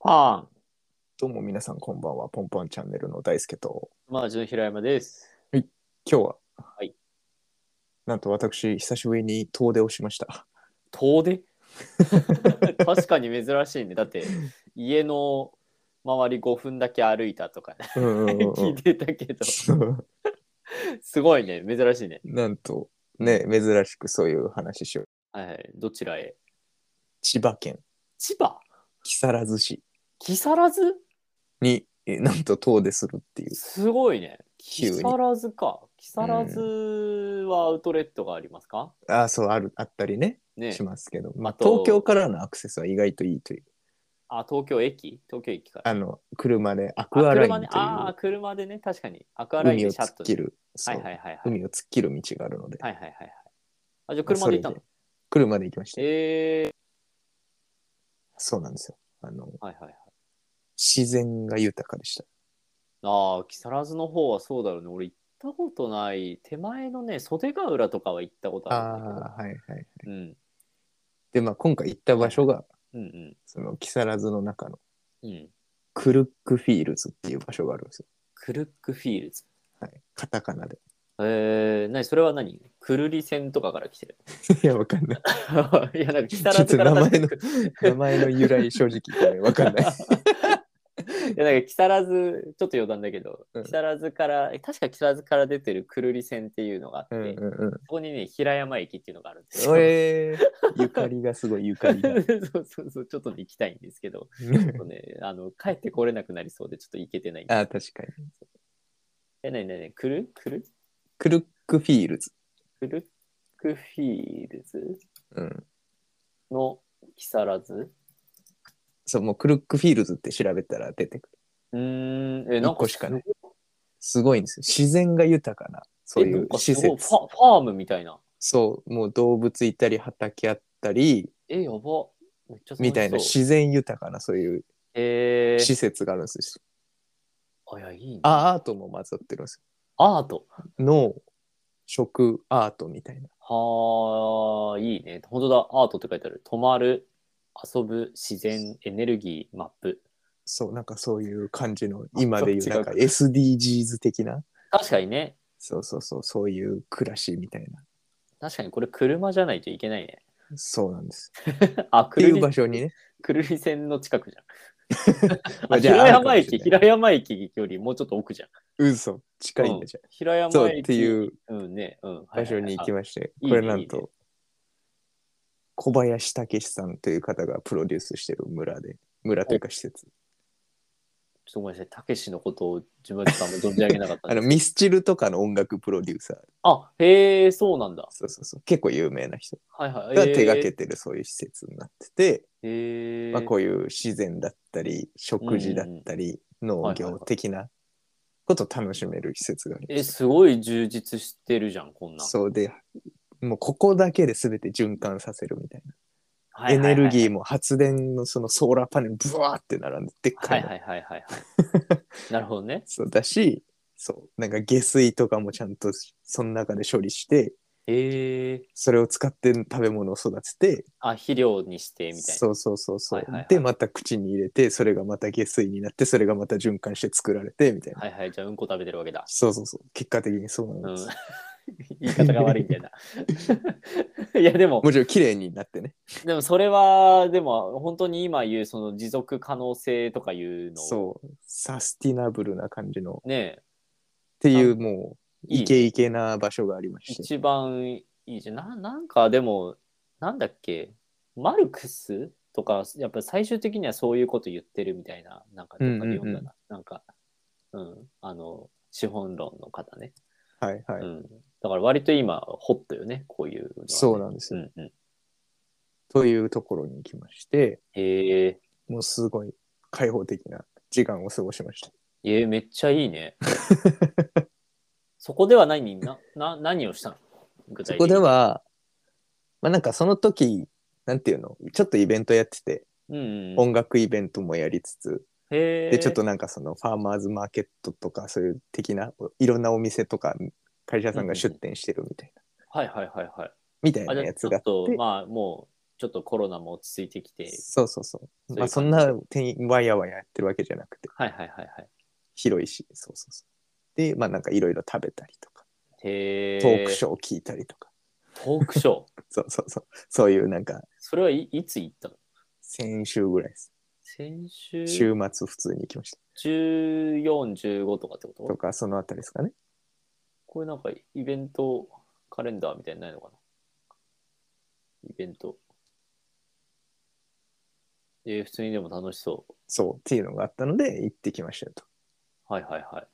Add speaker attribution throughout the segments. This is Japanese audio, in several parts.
Speaker 1: パ
Speaker 2: どうも皆さんこんばんは、ポンポンチャンネルの大輔と、
Speaker 1: ン、マージの平山です。
Speaker 2: 今日は、
Speaker 1: はい
Speaker 2: なんと私、久しぶりに遠出をしま した。
Speaker 1: 遠出確かに珍しいね。だって、家の周り5分だけ歩いたとか、ね、
Speaker 2: うんうんうん
Speaker 1: 聞いてたけど、
Speaker 2: うん
Speaker 1: すごいね、珍しいね。
Speaker 2: なんと、ね、珍しくそういう話しよう。
Speaker 1: はいはい、どちらへ
Speaker 2: 千葉県
Speaker 1: 千葉
Speaker 2: 木更津市
Speaker 1: 木更津
Speaker 2: に、えなんと遠出するっていう。
Speaker 1: すごいね。
Speaker 2: 急
Speaker 1: 木
Speaker 2: に
Speaker 1: 更津か。木更津はアウトレットがありますか、
Speaker 2: あそう、ある、あったりね、
Speaker 1: ね
Speaker 2: しますけど、まあ
Speaker 1: あ、と
Speaker 2: 東京からのアクセスは意外といいという。
Speaker 1: あ、東京駅東京駅から。
Speaker 2: あの、車でア
Speaker 1: あ
Speaker 2: クアライン
Speaker 1: 車ね、ああ、
Speaker 2: と
Speaker 1: 車でね、確かに。アクアラ
Speaker 2: いう、
Speaker 1: イ
Speaker 2: 海
Speaker 1: ン
Speaker 2: を
Speaker 1: でシャ
Speaker 2: 突っ
Speaker 1: ッとね。
Speaker 2: 切る、そ
Speaker 1: は
Speaker 2: う
Speaker 1: いはいはいはい。
Speaker 2: 海を突っ切る道があるので、
Speaker 1: はいはいはいはい。あ、じゃあ車で行ったの
Speaker 2: それ車で行きました。
Speaker 1: え
Speaker 2: そうなんですよ。あの、
Speaker 1: ー、はいはいはい。
Speaker 2: 自然が豊かでした。
Speaker 1: ああ、木更津の方はそうだろうね。俺行ったことない。手前のね、袖ヶ浦とかは行ったことあるんだ
Speaker 2: あー、はいはい。
Speaker 1: けど。うん。
Speaker 2: で、まあ今回行った場所が、
Speaker 1: うん
Speaker 2: その木更津の中の
Speaker 1: うん。うん。
Speaker 2: クルックフィールズっていう場所があるんですよ。
Speaker 1: クルックフィールズ。
Speaker 2: はい。カタカナで。
Speaker 1: えー、なにそれは何くるり線とかから来てる。
Speaker 2: いや、わかんない。
Speaker 1: いや、なんか木
Speaker 2: ちょ
Speaker 1: 更
Speaker 2: っと
Speaker 1: 津か
Speaker 2: 名
Speaker 1: ら
Speaker 2: 前
Speaker 1: 確か
Speaker 2: の、
Speaker 1: に
Speaker 2: 名前の由来正直ごめんわかんない。
Speaker 1: いや、なんか木更津、ちょっと余談だけど、
Speaker 2: うん
Speaker 1: 木更津から、え確か木更津から出てるくるり線っていうのがあって、
Speaker 2: うんうんうん。
Speaker 1: そこにね、平山駅っていうのがあるんですよ。
Speaker 2: えー、ゆかりがすごい、ゆか りが。
Speaker 1: そうそうそう、ちょっとね、行きたいんですけど、ちょっとね、 あの帰ってこれなくなりそうで、ちょっと行けてないんで。
Speaker 2: あー、確かに。
Speaker 1: え、なになになに、くるくる
Speaker 2: クルックフィールズ。
Speaker 1: くるくフィールズ
Speaker 2: うん。
Speaker 1: の木更津
Speaker 2: そう、もうクルックフィールズって調べたら出てくる。
Speaker 1: うーん、え、なん
Speaker 2: 一
Speaker 1: か
Speaker 2: 個しかない。すごいんですよ。自然が豊かな、そう
Speaker 1: え
Speaker 2: い
Speaker 1: なん
Speaker 2: う
Speaker 1: かす
Speaker 2: 施
Speaker 1: ごい
Speaker 2: 設。
Speaker 1: ファファームみたいな。
Speaker 2: そう、もう動物いたり畑あったり
Speaker 1: え、やば。めっちゃ楽しそう
Speaker 2: みたいな自然豊かなそういう
Speaker 1: えー
Speaker 2: 施設があるんですよ。
Speaker 1: あ、いや、いいね。
Speaker 2: あアートも混ざってるんです
Speaker 1: アート。
Speaker 2: よ。農、食、アートみたいな。
Speaker 1: はあ、いいね。本当だ、アートって書いてある。泊まる、遊ぶ、自然、エネルギー、マップ。
Speaker 2: そう、なんかそういう感じの、今でいう
Speaker 1: 違う
Speaker 2: なんか SDGs 的な、
Speaker 1: 確かにね、
Speaker 2: そうそうそう、そういう暮らしみたいな。
Speaker 1: 確かにこれ車じゃないといけないね。
Speaker 2: そうなんです。
Speaker 1: あ、
Speaker 2: って
Speaker 1: く
Speaker 2: い
Speaker 1: る
Speaker 2: う
Speaker 1: り
Speaker 2: 場所にね。
Speaker 1: くるり線の近くじゃん。
Speaker 2: ま
Speaker 1: あ
Speaker 2: あじゃあ
Speaker 1: 平山
Speaker 2: あるかもしれ
Speaker 1: 駅、
Speaker 2: ない
Speaker 1: 平山駅よりもうちょっと奥じゃん。
Speaker 2: 嘘、近いんだじゃん。
Speaker 1: 平山駅
Speaker 2: そうっていう
Speaker 1: うんね、うん、
Speaker 2: 場所に行き
Speaker 1: ま
Speaker 2: まして、
Speaker 1: はい
Speaker 2: こ
Speaker 1: はい
Speaker 2: れ
Speaker 1: はい
Speaker 2: な
Speaker 1: あ
Speaker 2: んと、小林武史さんという方がプロデュースしてる村で、村というか施設。
Speaker 1: ちょっとごめんなさい、たけしのことを自分たちはあんま存じ上げなかった
Speaker 2: あ
Speaker 1: ん
Speaker 2: の
Speaker 1: です
Speaker 2: ミスチルとかの音楽プロデューサー
Speaker 1: あへえ、そうなんだ。
Speaker 2: そうそうそう結構有名な人
Speaker 1: はいはい。
Speaker 2: が手が
Speaker 1: へ
Speaker 2: けてるそういう施設になってて、
Speaker 1: え
Speaker 2: まあ、こういう自然だったり食事だったり農業的なことを楽しめる施設があり
Speaker 1: え、
Speaker 2: ます。
Speaker 1: すごい充実してるじゃん、こんなん。
Speaker 2: そうでもうここだけで全て循環させるみたいな、
Speaker 1: はいはいはい
Speaker 2: エネルギーも発電のそのソーラーパネルブワーって並んででっか
Speaker 1: はいい
Speaker 2: の、
Speaker 1: はいはいはいはい。 なるほどね。
Speaker 2: そうだしそうなんか下水とかもちゃんとその中で処理して
Speaker 1: へえ。
Speaker 2: それを使って食べ物を育てて
Speaker 1: あ、肥料にしてみたいな。
Speaker 2: そうそうそうそう、
Speaker 1: はいはいはい
Speaker 2: でまた口に入れてそれがまた下水になってそれがまた循環して作られてみたいな、
Speaker 1: はいはい、じゃあうんこ食べてるわけだ。
Speaker 2: そうそうそう結果的にそうな
Speaker 1: う
Speaker 2: で
Speaker 1: ん
Speaker 2: す、
Speaker 1: ん言い方が悪いみたいな。 いやでも、
Speaker 2: もちろん綺麗になってね
Speaker 1: でもそれは、でも本当に今言うその持続可能性とかいうのを
Speaker 2: そうサスティナブルな感じのっ
Speaker 1: ね
Speaker 2: ていうもう
Speaker 1: いい
Speaker 2: イケイケな場所がありまして
Speaker 1: 一番いいじゃん。ななんかでも、なんだっけ、マルクスとか、やっぱ最終的にはそういうこと言ってるみたいな、なんかどっかで読ん
Speaker 2: うんう
Speaker 1: だな。
Speaker 2: んうん
Speaker 1: なんか、うん、あの、資本論の方ね。
Speaker 2: はいはい、
Speaker 1: うん、だから割と今、ホットよね、こういうのはね、
Speaker 2: そうなんです
Speaker 1: う
Speaker 2: よ、
Speaker 1: んうん。
Speaker 2: というところに行きまして
Speaker 1: へえ
Speaker 2: もうすごい開放的な時間を過ごしました
Speaker 1: えーめっちゃいい ね。そこでは何なな何をしたの具
Speaker 2: そ
Speaker 1: 体的に
Speaker 2: こで、はまあなんかその時なんていうのちょっとイベントやってて、
Speaker 1: うんうんうん、
Speaker 2: 音楽イベントもやりつつ
Speaker 1: へー
Speaker 2: でちょっとなんかそのファーマーズマーケットとかそういう的なおいろんなお店とか会社さんが出店してるみたいな、
Speaker 1: はいはいはいはい。
Speaker 2: みたい
Speaker 1: あ
Speaker 2: な
Speaker 1: じゃ
Speaker 2: や
Speaker 1: あち
Speaker 2: つ
Speaker 1: ょ
Speaker 2: があ
Speaker 1: っ
Speaker 2: って
Speaker 1: とまあもうちょっとコロナも落ち着いてきて、
Speaker 2: そうそうそう。
Speaker 1: そういう
Speaker 2: まあ、そんなてんわやわややってるわけじゃなくて、
Speaker 1: はいはいはいはい。
Speaker 2: 広いし、そうそうそう。で、まあなんかいろいろ食べたりとか、
Speaker 1: へ
Speaker 2: トークシ
Speaker 1: ョ
Speaker 2: ョ
Speaker 1: ー。
Speaker 2: ーを聞いたりとか、
Speaker 1: トークショー。
Speaker 2: そうそうそう。そういうなんか、
Speaker 1: それはい、いつ行ったの
Speaker 2: 先週ぐらいです。
Speaker 1: 先週
Speaker 2: 週末普通に行きました。
Speaker 1: 14、15とかってこと
Speaker 2: とか、そのあたりですかね。
Speaker 1: これなんかイベントカレンダーみたいにないのかなイベント。えー普通にでも楽しそ
Speaker 2: そう、っていうのがあったので、行ってきましたよと。
Speaker 1: う。はいはいはい。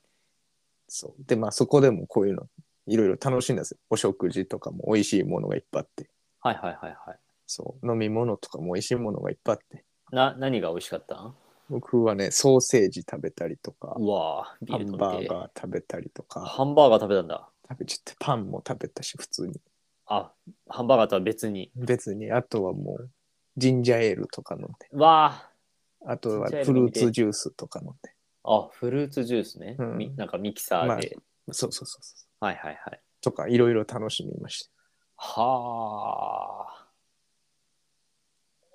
Speaker 2: そう。で、まあそこでもこういうの、いろいろ楽しんだんですよ。お食事とかも美味しいものがいっぱいあって、
Speaker 1: はいはいはいはい。
Speaker 2: そう、飲み物とかも美味しいものがいっぱいあって、
Speaker 1: な、何が美味しかったん
Speaker 2: 僕はね、ソーセージ食べたりとか、
Speaker 1: うわぁ、ビ
Speaker 2: ハ
Speaker 1: ール
Speaker 2: ン
Speaker 1: 飲ん
Speaker 2: バー
Speaker 1: で。
Speaker 2: ガー食べたりとか、
Speaker 1: ハンバーガー食べたんだ。
Speaker 2: 食べちゃって、パンも食べたし、普通に。
Speaker 1: あ、ハンバーガーとは別に。
Speaker 2: 別に、あとはもう、ジンジャーエールとか飲んで、
Speaker 1: わ
Speaker 2: あとは
Speaker 1: ジンジャーエール
Speaker 2: フルーツジュースとか飲んで、
Speaker 1: ぁ。あ、フルーツジュースね。
Speaker 2: うん
Speaker 1: みなんかミキサーで。
Speaker 2: そうそうそうそう。
Speaker 1: はいはいはい。
Speaker 2: とか、いろいろ楽しみました。
Speaker 1: はあ。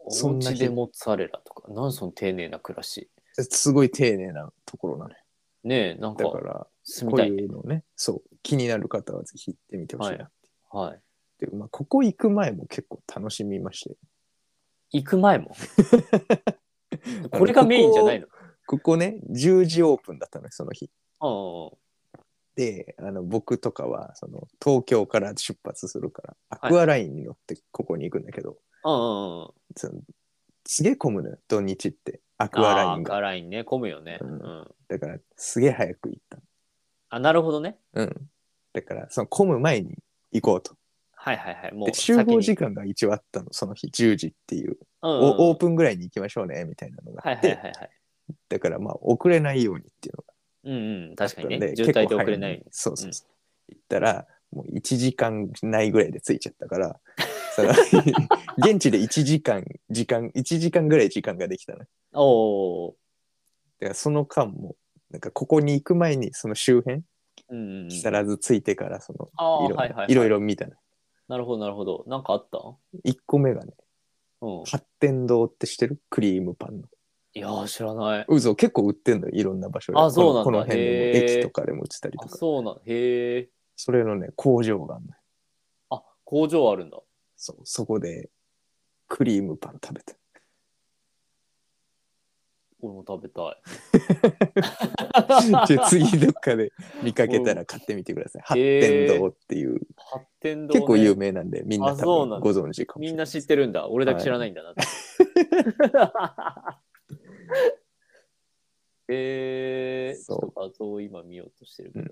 Speaker 2: そ
Speaker 1: お
Speaker 2: んな日
Speaker 1: 家でモッツァレラとか、なんその丁寧な暮らし。
Speaker 2: すごい丁寧なところなのよ。
Speaker 1: ねえ、なんか
Speaker 2: だから、
Speaker 1: 住み
Speaker 2: こう
Speaker 1: たいね。
Speaker 2: いうのね、そう、気になる方はぜひ行ってみてほしいなって。
Speaker 1: は
Speaker 2: でまあ、ここ行く前も結構楽しみまして。
Speaker 1: い。行く 前も。これがメインじゃないの。
Speaker 2: ここね、10時オープンだったのよ、その日。
Speaker 1: あ
Speaker 2: で、あの僕とかはその東京から出発するから、アクアラインに乗ってここに行くんだけど、
Speaker 1: あ、うんうんうん。
Speaker 2: そのすげえ混むのよ、土日って、アクアラ
Speaker 1: あ
Speaker 2: イ
Speaker 1: あ、
Speaker 2: ン
Speaker 1: ガ
Speaker 2: が。
Speaker 1: ラインね、混むよね。
Speaker 2: う
Speaker 1: うんん。
Speaker 2: だから、すげえ早く行っ
Speaker 1: あ、なるほどね。
Speaker 2: た。うん。だから、その混む前に行こうと。
Speaker 1: はいはいはい。も
Speaker 2: で
Speaker 1: う
Speaker 2: 集合時
Speaker 1: 間
Speaker 2: 間が一応あったの、その日、10時っていう、お
Speaker 1: オ
Speaker 2: オープンぐらいに行きましょうね、みたいなのが
Speaker 1: は
Speaker 2: あ
Speaker 1: い
Speaker 2: っ
Speaker 1: はい
Speaker 2: て、
Speaker 1: はいはい。
Speaker 2: だから、まあ、遅れないようにっていうのが
Speaker 1: うんうん。
Speaker 2: あっ
Speaker 1: 確
Speaker 2: た
Speaker 1: か
Speaker 2: んで
Speaker 1: にね。
Speaker 2: 結
Speaker 1: 渋
Speaker 2: 構
Speaker 1: 滞で遅れな
Speaker 2: 早
Speaker 1: い。
Speaker 2: そうそうそう。行ったら、もう1時間ないぐらいで着いちゃったから、 その現地で1時間、時間、1時間ぐらい時間ができたの。だか
Speaker 1: おお
Speaker 2: らその間も、なんかここに行く前に、その周辺、
Speaker 1: ー。うんうん。
Speaker 2: 木更津着いてから、その、
Speaker 1: ああ、
Speaker 2: いろ,、
Speaker 1: はいいはい。
Speaker 2: ろい
Speaker 1: ろ。
Speaker 2: ろ見たの。
Speaker 1: なるほどなるほど。なんかあった
Speaker 2: 1個目がね、
Speaker 1: うん。
Speaker 2: 八天堂って知ってるクリームパンの。
Speaker 1: いやー、知らない。
Speaker 2: うそ、結構売ってんのよ、いろんな場所で。
Speaker 1: あそうなんだ
Speaker 2: このこの辺で
Speaker 1: へ
Speaker 2: も
Speaker 1: ー
Speaker 2: 駅とかでも売ってたりと
Speaker 1: あ、
Speaker 2: か。
Speaker 1: そうなん。へえ。
Speaker 2: それのね、工場があんのよ。
Speaker 1: あ、工場あるんだ。
Speaker 2: そう、そこで、クリームパン食べた。
Speaker 1: 俺も食べたい。
Speaker 2: じゃあ次どっかで見かけたら買ってみてください。八
Speaker 1: へー
Speaker 2: 天堂っていう、
Speaker 1: 発展堂ね。
Speaker 2: 結構有名なんで、みんな
Speaker 1: あそ
Speaker 2: 多
Speaker 1: うな
Speaker 2: 分ご
Speaker 1: んだ
Speaker 2: 存知かもし
Speaker 1: み
Speaker 2: れ
Speaker 1: ん
Speaker 2: ない。
Speaker 1: な知ってるんだ。俺だけ知らないんだなって。 えー、ち
Speaker 2: そう
Speaker 1: ょっと画像を今見ようとしてるけど。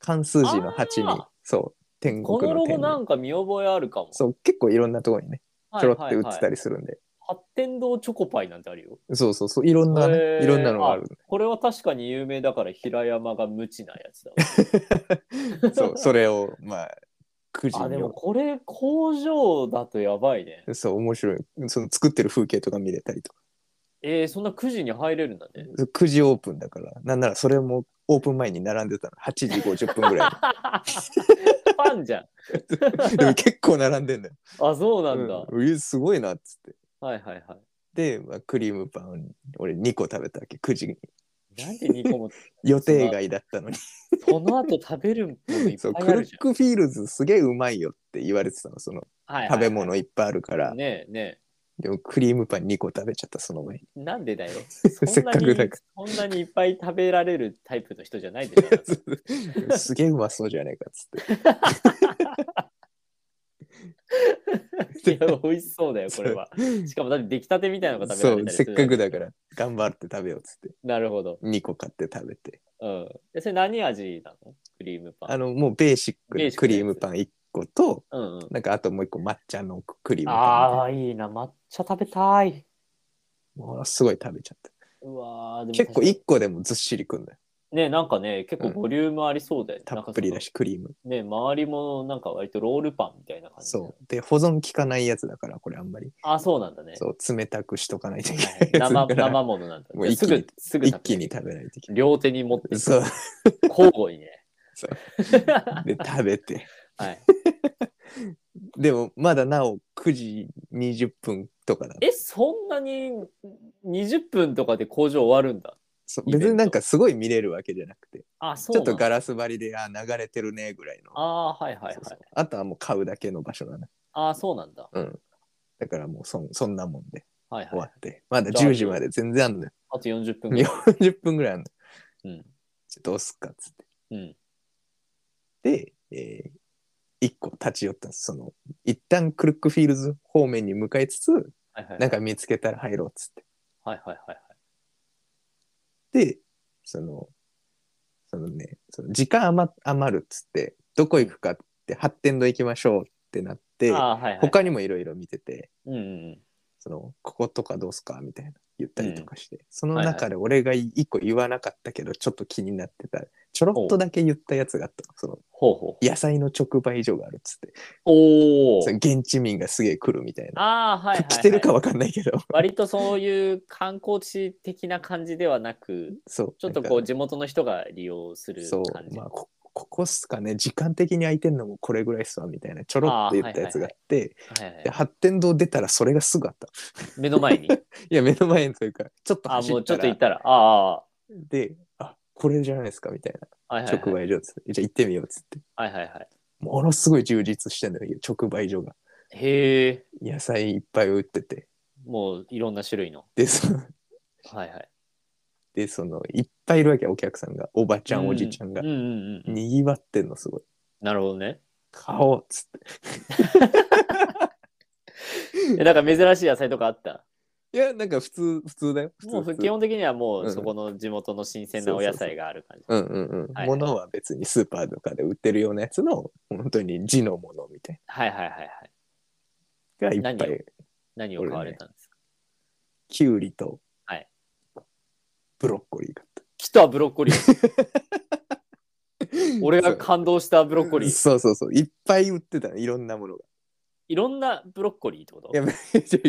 Speaker 2: 関数字の8
Speaker 1: あ
Speaker 2: に
Speaker 1: ー、
Speaker 2: そう、天
Speaker 1: こ
Speaker 2: 国
Speaker 1: の
Speaker 2: の
Speaker 1: ロ
Speaker 2: 天
Speaker 1: ゴな
Speaker 2: に。
Speaker 1: んか見覚えあるかも。
Speaker 2: そう、結構いろんなところにね、
Speaker 1: は
Speaker 2: ち
Speaker 1: い
Speaker 2: ょ
Speaker 1: は
Speaker 2: ろっ
Speaker 1: いは
Speaker 2: て売
Speaker 1: い
Speaker 2: ってたりするんで。
Speaker 1: 発展堂チョコパイなんてあるよ。
Speaker 2: そうそうそう、いろんなね、
Speaker 1: へー
Speaker 2: いろんなのがあるんで。
Speaker 1: これは確かに有名だから平山が無知なやつだわ。
Speaker 2: そう、それを、まあ、9時
Speaker 1: あ、でも
Speaker 2: に。
Speaker 1: これ工場だとやばいね。
Speaker 2: そう、面白い。その作ってる風景とか見れたりとか。
Speaker 1: えー、そんな9時に入れるんだね。
Speaker 2: 9時オープンだから、なんならそれもオープン前に並んでたの。8時50分ぐらいに。
Speaker 1: パンじゃん。
Speaker 2: でも結構並んでんだよ。
Speaker 1: あ、そうなんだ。
Speaker 2: うんえすごいなっつって。
Speaker 1: はいはいは
Speaker 2: で、まあ、クリームパン俺2個食べたわけ9時に
Speaker 1: い。なんで2個も、
Speaker 2: 予定外だったのに
Speaker 1: その後食べるものいっ
Speaker 2: そう
Speaker 1: ぱい
Speaker 2: ク
Speaker 1: あ
Speaker 2: ル
Speaker 1: るじ
Speaker 2: ックフィールズすげえうまいよって言われてたのその
Speaker 1: ゃん。はいはい
Speaker 2: 食べ物いっぱいあるから、
Speaker 1: ねえね
Speaker 2: でもクリームパン2個食べちゃったその 前に
Speaker 1: え。なんでだよ。
Speaker 2: せっかくだか
Speaker 1: そんなにそんなにいっぱい食べられるタイプの人じゃないでし ょ。
Speaker 2: らすげえうまそうじゃねえかっつって
Speaker 1: いや、美味しそうだよ、これは。しかもだって出来たてみたいなのが食べ
Speaker 2: そ
Speaker 1: られ
Speaker 2: う
Speaker 1: たり
Speaker 2: せ
Speaker 1: す
Speaker 2: っ
Speaker 1: る
Speaker 2: かくだから頑張って食べようっつって
Speaker 1: なるほど。
Speaker 2: 2個買って食べて
Speaker 1: うん。えそれ何味なのクリームパ
Speaker 2: あ
Speaker 1: ン。
Speaker 2: のもうベーシック
Speaker 1: ベー
Speaker 2: な
Speaker 1: シック
Speaker 2: ク
Speaker 1: なやつ
Speaker 2: リームパン1個と
Speaker 1: うんうん。
Speaker 2: なんかあともう1個抹茶のクリームパン
Speaker 1: ああ、いいな。抹茶食べたい。
Speaker 2: ものすごい食べちゃった
Speaker 1: うわーでも
Speaker 2: 結構1個でもずっしりくんだよ
Speaker 1: ねなんかね、結構ボリュームありそうで、
Speaker 2: たっぷりだ
Speaker 1: し。
Speaker 2: しクリーム
Speaker 1: ね周りもなんか割とロールパンみたいな感じ。
Speaker 2: そう。で、保存効かないやつだから、これあんまり。
Speaker 1: あ、そうなんだね。
Speaker 2: そう、冷たくしとか ないといけ
Speaker 1: は
Speaker 2: ない
Speaker 1: い
Speaker 2: やつ
Speaker 1: 生
Speaker 2: だから
Speaker 1: 生ものなんだ。
Speaker 2: もう一
Speaker 1: す
Speaker 2: 気に
Speaker 1: ぐ、すぐ食べ
Speaker 2: 一気に食べないといけな
Speaker 1: 両手に持って
Speaker 2: い。、そう。
Speaker 1: 交互にね。
Speaker 2: そうで、食べて。
Speaker 1: はい。
Speaker 2: でもまだなお9時20分とかだ
Speaker 1: え、そんなに20分とかで工場終わるんだ。
Speaker 2: そう
Speaker 1: イベント
Speaker 2: 別になんかすごい見れるわけじゃなくて
Speaker 1: あ、そう
Speaker 2: ちょっ
Speaker 1: なんだ
Speaker 2: とガラス張りであ流れてるねぐらいの
Speaker 1: あーはいはいはい。
Speaker 2: そうそうあとはもう買うだけの場所だな
Speaker 1: あーそうなんだ。
Speaker 2: だからもうそんそんなもんで
Speaker 1: はい
Speaker 2: 終
Speaker 1: は
Speaker 2: わ
Speaker 1: い。
Speaker 2: って、まだ
Speaker 1: じゃあ
Speaker 2: 10時まで全然あんのよ
Speaker 1: あと40分ぐらい。
Speaker 2: 40分ぐらいあんのよ
Speaker 1: うん。
Speaker 2: ちょっと押すかっつっ
Speaker 1: うん。
Speaker 2: てで、えー、1個立ち寄ったんですその一旦クルックフィールズ方面に向かいつつ
Speaker 1: はいはい。
Speaker 2: なんか見つけたら入ろうっつって
Speaker 1: はいはいはい。
Speaker 2: で、その、そのね、その時間余余るっつって、どこ行くかって、発展度行きましょうってなって、
Speaker 1: あーはいはい。
Speaker 2: 他にもいろいろ見てて、
Speaker 1: うんうん
Speaker 2: その、こことかどうすかみたいな言ったりとかして、そ
Speaker 1: は
Speaker 2: の
Speaker 1: いはい
Speaker 2: 中で俺が一個言わなかったけど、ちょっと気になってた、ちょろっとだけ言ったやつがあったのその、
Speaker 1: ほうほう。
Speaker 2: 野菜の直売所があるっつって、
Speaker 1: おお
Speaker 2: そ。の現地民がすげえ来るみたいな。
Speaker 1: ああ、はいはい、はい。
Speaker 2: 来てるかわかんないけど、
Speaker 1: 割とそういう観光地的な感じではなく、
Speaker 2: そう。
Speaker 1: ちょっ
Speaker 2: な
Speaker 1: と
Speaker 2: んか
Speaker 1: こう地元の人が利用する
Speaker 2: そ
Speaker 1: 感
Speaker 2: う、
Speaker 1: じ。
Speaker 2: まあ、こここっすかね時間的に空いてんのもこれぐらいっすわみたいなちょろっと言ったやつがあって
Speaker 1: はいはい
Speaker 2: で、発展堂出たらそれがすぐあった
Speaker 1: 目の前に。
Speaker 2: いや目の前にというかちょっと
Speaker 1: あ
Speaker 2: 走
Speaker 1: も
Speaker 2: っ
Speaker 1: うちょ
Speaker 2: た
Speaker 1: っと行
Speaker 2: ら
Speaker 1: ったら、あ
Speaker 2: であこれじゃないですかみたい
Speaker 1: あ、はい
Speaker 2: な
Speaker 1: はい
Speaker 2: 直
Speaker 1: はい。
Speaker 2: 売所っつって、じゃあ行ってみようっつって
Speaker 1: はいはいはい、
Speaker 2: ものすごい充実してんだけど直売所が
Speaker 1: へえ、
Speaker 2: 野菜いっぱい売ってて
Speaker 1: もういろんな種類の。
Speaker 2: でその
Speaker 1: はいはい。
Speaker 2: でそのいっぱいいるわけお客さんがおばちゃん、
Speaker 1: う
Speaker 2: おじちゃんが
Speaker 1: うんうんうん。
Speaker 2: にぎわってんのすごい
Speaker 1: なるほどね。
Speaker 2: 買おうっつって
Speaker 1: えだから珍しい野菜とかあった。
Speaker 2: いやなんか普通普通だよ普通
Speaker 1: もう
Speaker 2: 普通
Speaker 1: 基本的にはも
Speaker 2: う
Speaker 1: うんそこの地元の新鮮なお野菜がある感じ。
Speaker 2: うんうんうん
Speaker 1: はい
Speaker 2: ものは別にスーパーとかで売ってるようなやつの本当に字のものみたい
Speaker 1: はいはいはいはい。
Speaker 2: なのがいっぱ
Speaker 1: 何を
Speaker 2: い
Speaker 1: 何を買われたんですか、
Speaker 2: きゅうりと
Speaker 1: はい
Speaker 2: ブロッコリーがあった
Speaker 1: 来たブロッコリー。 俺が感動したブ
Speaker 2: ブ
Speaker 1: ロッコリー。
Speaker 2: そうそうそういっぱい売ってたのいろんなものが
Speaker 1: いろんなブロッコリーってこと
Speaker 2: い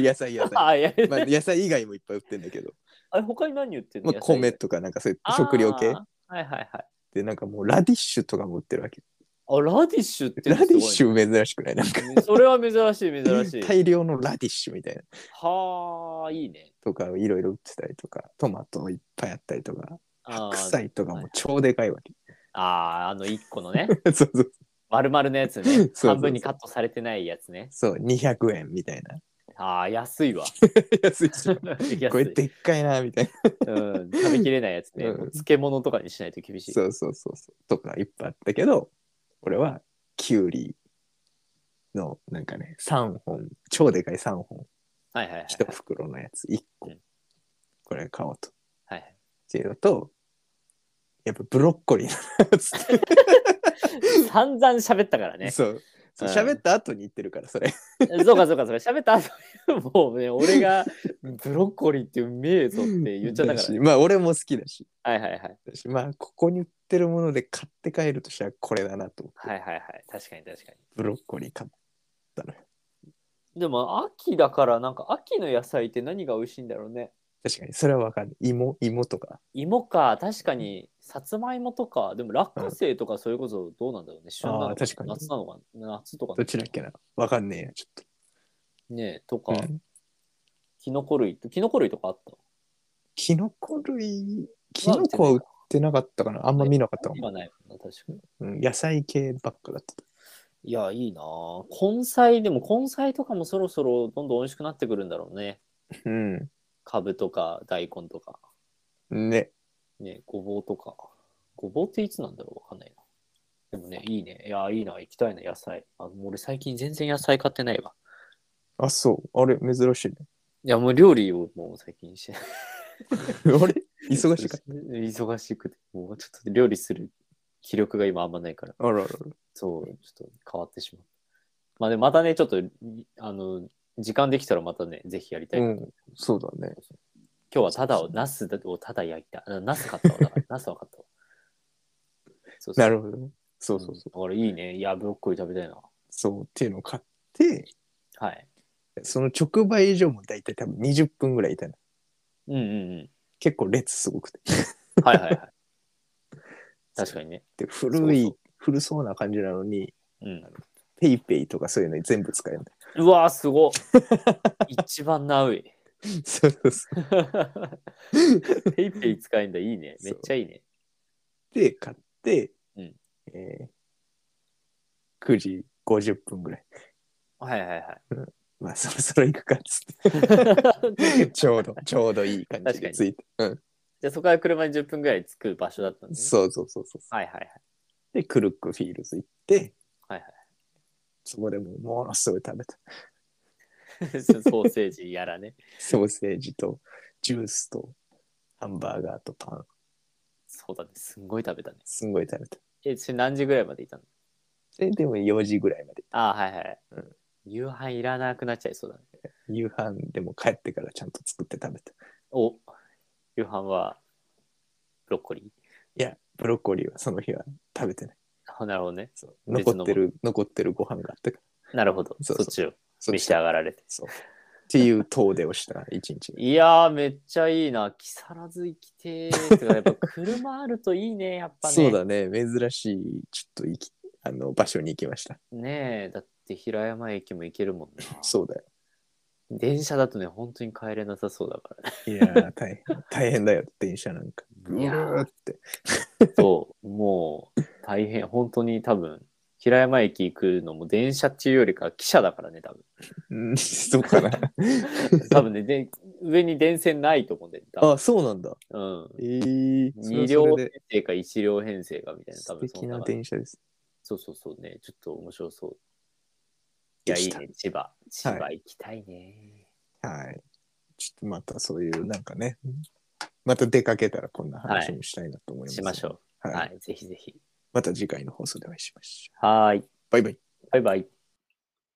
Speaker 2: や野菜野菜
Speaker 1: あいや、
Speaker 2: まあ、野菜以外もいっぱい売ってんだけ ど、
Speaker 1: あれ他に何言ってん
Speaker 2: ま
Speaker 1: の、
Speaker 2: あ、米とかなんかそういう食料系
Speaker 1: あーはいはいはい。
Speaker 2: でなんかもうラディッシュとかも売ってるわけ
Speaker 1: あ、ラディッシュって
Speaker 2: ラ
Speaker 1: のすごい
Speaker 2: デ
Speaker 1: ね
Speaker 2: ィッシュ珍しくないなんか
Speaker 1: それは珍しい 珍しい。
Speaker 2: 大量のラディッシュみたいな
Speaker 1: はあ、いいね。
Speaker 2: とかいろいろ売ってたりとかトマトいっぱいあったりとか
Speaker 1: あ
Speaker 2: 白
Speaker 1: ー
Speaker 2: 菜とかも超でかいわけ、
Speaker 1: あー、あの1個のね、
Speaker 2: そうそう
Speaker 1: 丸々のやつ
Speaker 2: そう
Speaker 1: ね
Speaker 2: そう。そう
Speaker 1: 半分にカットされてないやつね。
Speaker 2: そう、200円みたいな。
Speaker 1: ああ、安いわ。
Speaker 2: 安いっしょ
Speaker 1: 安い
Speaker 2: これでっかいな、みたいな。
Speaker 1: うん、食べきれないやつね。
Speaker 2: うん
Speaker 1: もう漬物とかにしないと厳しい。
Speaker 2: そうそうそうそう。とかいっぱいあったけど、俺はキュウリのなんかね、3本、超でかい3本、
Speaker 1: はいはいはい。
Speaker 2: 1袋のやつ1個
Speaker 1: うん、
Speaker 2: これ買おうと。っ
Speaker 1: はいはい
Speaker 2: ていうのと、やっぱブロッコリーのやつって
Speaker 1: 散々喋ったからね。
Speaker 2: そう。そう
Speaker 1: うん
Speaker 2: 喋った後に言ってるから、それ。
Speaker 1: そうかそうかそうか。喋った後にもうね、俺がブロッコリーってうめえぞって言っちゃっ
Speaker 2: だ
Speaker 1: たから
Speaker 2: し
Speaker 1: ね。
Speaker 2: まあ、俺も好きだし。
Speaker 1: はいはいはい。
Speaker 2: だしまあ、ここに売ってるもので買って帰るとしたらこれだなと思って、
Speaker 1: はいはいはい。確かに確か
Speaker 2: ブロッコリー買ったのよ。
Speaker 1: に。でも秋だからなんか秋の野菜って何が美味しいんだろうね。
Speaker 2: 確かにそれはわかる芋芋とか
Speaker 1: 芋か、確かにさつまいもとか、でも落花生とかそれこそどうなんだろうね。旬なの
Speaker 2: あー確かに
Speaker 1: 夏なのかな夏とか
Speaker 2: どっちだっけなわかんねえやちょっ
Speaker 1: ねえ、と
Speaker 2: と、
Speaker 1: か、キノコ類、キノコ類とかあった
Speaker 2: キノコ類キノコは売ってなかったかなあんま見なかったかも、
Speaker 1: 今ないもんな、確かに。
Speaker 2: うん、野菜系ばっかだった
Speaker 1: いや、いいなあ根菜、でも根菜とかもそろそろどんどん美味しくなってくるんだろうね。
Speaker 2: うん
Speaker 1: 株とか大根とか、
Speaker 2: ね
Speaker 1: ね、ごぼうとか。ごぼうっていつなんだろうわかんないな。でもね、いいね。いや、いいな。行きたいな、野菜。あもう俺最近全然野菜買ってないわ。
Speaker 2: あそうあれ珍しいね
Speaker 1: いや、もう料理をもう最近してない。
Speaker 2: あれ忙しいか
Speaker 1: 忙しくて。もうちょっと料理する気力が今あんまないから。
Speaker 2: あらあら
Speaker 1: そう、ちょっと変わってしまう。まあで、またね、ちょっと、あの、時間できたらまたね、ぜひやりたい。
Speaker 2: うんそうだね
Speaker 1: 今日はただを、ナスをただ焼いた。あナス買ったわ。だからナスは買ったわ。そうそう
Speaker 2: なるほどねそうそうそう、
Speaker 1: うん。俺いいね。いや、ブロッコリー食べたいな。
Speaker 2: そうっていうのを買って
Speaker 1: はい。
Speaker 2: その直売所も大体多分20分ぐらいいたの
Speaker 1: うんうんうん。
Speaker 2: 結構列すごくて
Speaker 1: はいはいはい。 確かにね。
Speaker 2: で古い古そうな感じなのに
Speaker 1: うん。
Speaker 2: ペイペイとかそういうのに 全部使えるんだよ。
Speaker 1: うわーすごっ一番ナウい
Speaker 2: そうそうそう。
Speaker 1: ペイペイ使えんだいいねめっちゃいいね
Speaker 2: で、買って、
Speaker 1: うん
Speaker 2: えー9時50分ぐらい。
Speaker 1: はいは いはい
Speaker 2: まあ、そろそろ行くかっつって。 ちょうど、ちょうどいい感じで着いて。うん。
Speaker 1: じゃあそこから車に10分ぐらい着く場所だったんです、ね、
Speaker 2: そうそうそうそう。
Speaker 1: はいはいはい
Speaker 2: で、クルックフィールズ行って、
Speaker 1: はいはい
Speaker 2: そこでもうものすごい食べた。
Speaker 1: ソーセージやらね。
Speaker 2: ソーセージとジュースとハンバーガーとパン。
Speaker 1: そうだね。すんごい食べたね。
Speaker 2: すんごい食べた。
Speaker 1: え、それ何時ぐらいまでいたの
Speaker 2: で、でも4時ぐらいまで。
Speaker 1: あーはいはい、
Speaker 2: うん
Speaker 1: 夕飯いらなくなっちゃいそうだね。
Speaker 2: 夕飯でも帰ってからちゃんと作って食べた。
Speaker 1: お、夕飯はブロッコリー
Speaker 2: いや、ブロッコリーはその日は食べてない。
Speaker 1: あ。なるほどね。
Speaker 2: そう
Speaker 1: 別の
Speaker 2: 残ってる、残ってるご飯があったから。
Speaker 1: なるほど。
Speaker 2: そ
Speaker 1: そう
Speaker 2: そう
Speaker 1: っちを
Speaker 2: そ
Speaker 1: 召し上がられて。
Speaker 2: そう。っていう遠出をした一日に。
Speaker 1: いやー、めっちゃいいな。木更津行きてー。てかや っぱ車あるといいね、やっぱね。
Speaker 2: そうだね、珍しい、ちょっと行き、あの、場所に行きました。
Speaker 1: ねえ、だって平山駅も行けるもんな。
Speaker 2: そうだよ。
Speaker 1: 電車だとね、本当に帰れなさそうだからね。
Speaker 2: いやー、大変、大変だよ、電車なんか。ぐ
Speaker 1: いやー
Speaker 2: ーって。
Speaker 1: そう、もう大変、本当に多分、平山駅行くのも電車っていうよりか、汽車だからね、多
Speaker 2: うん、 そう かな。
Speaker 1: 分。多分ね、で上に電線ないと思うんだよ、多分
Speaker 2: あ、そうなんだ。
Speaker 1: うん。
Speaker 2: えー、それ
Speaker 1: 2
Speaker 2: はそ
Speaker 1: 両
Speaker 2: れ
Speaker 1: 編
Speaker 2: で
Speaker 1: 成か1両編成かみたいな、多
Speaker 2: 素
Speaker 1: 分そ
Speaker 2: 敵
Speaker 1: んな
Speaker 2: な
Speaker 1: 感じ
Speaker 2: 電車です。
Speaker 1: そうそうそうね、ちょっと面白そう。い
Speaker 2: で
Speaker 1: や、いい
Speaker 2: した
Speaker 1: ね、千葉。千葉行きたいね。
Speaker 2: はい。ちょっとまたそういう、なんかね、また出かけたらこんな話もしたいなと思います。
Speaker 1: しましょう。
Speaker 2: はい。
Speaker 1: はい、ぜひぜひ。
Speaker 2: また次回の放送でお会いしましょ
Speaker 1: はーい、
Speaker 2: う。バイバイ。
Speaker 1: バイバイ。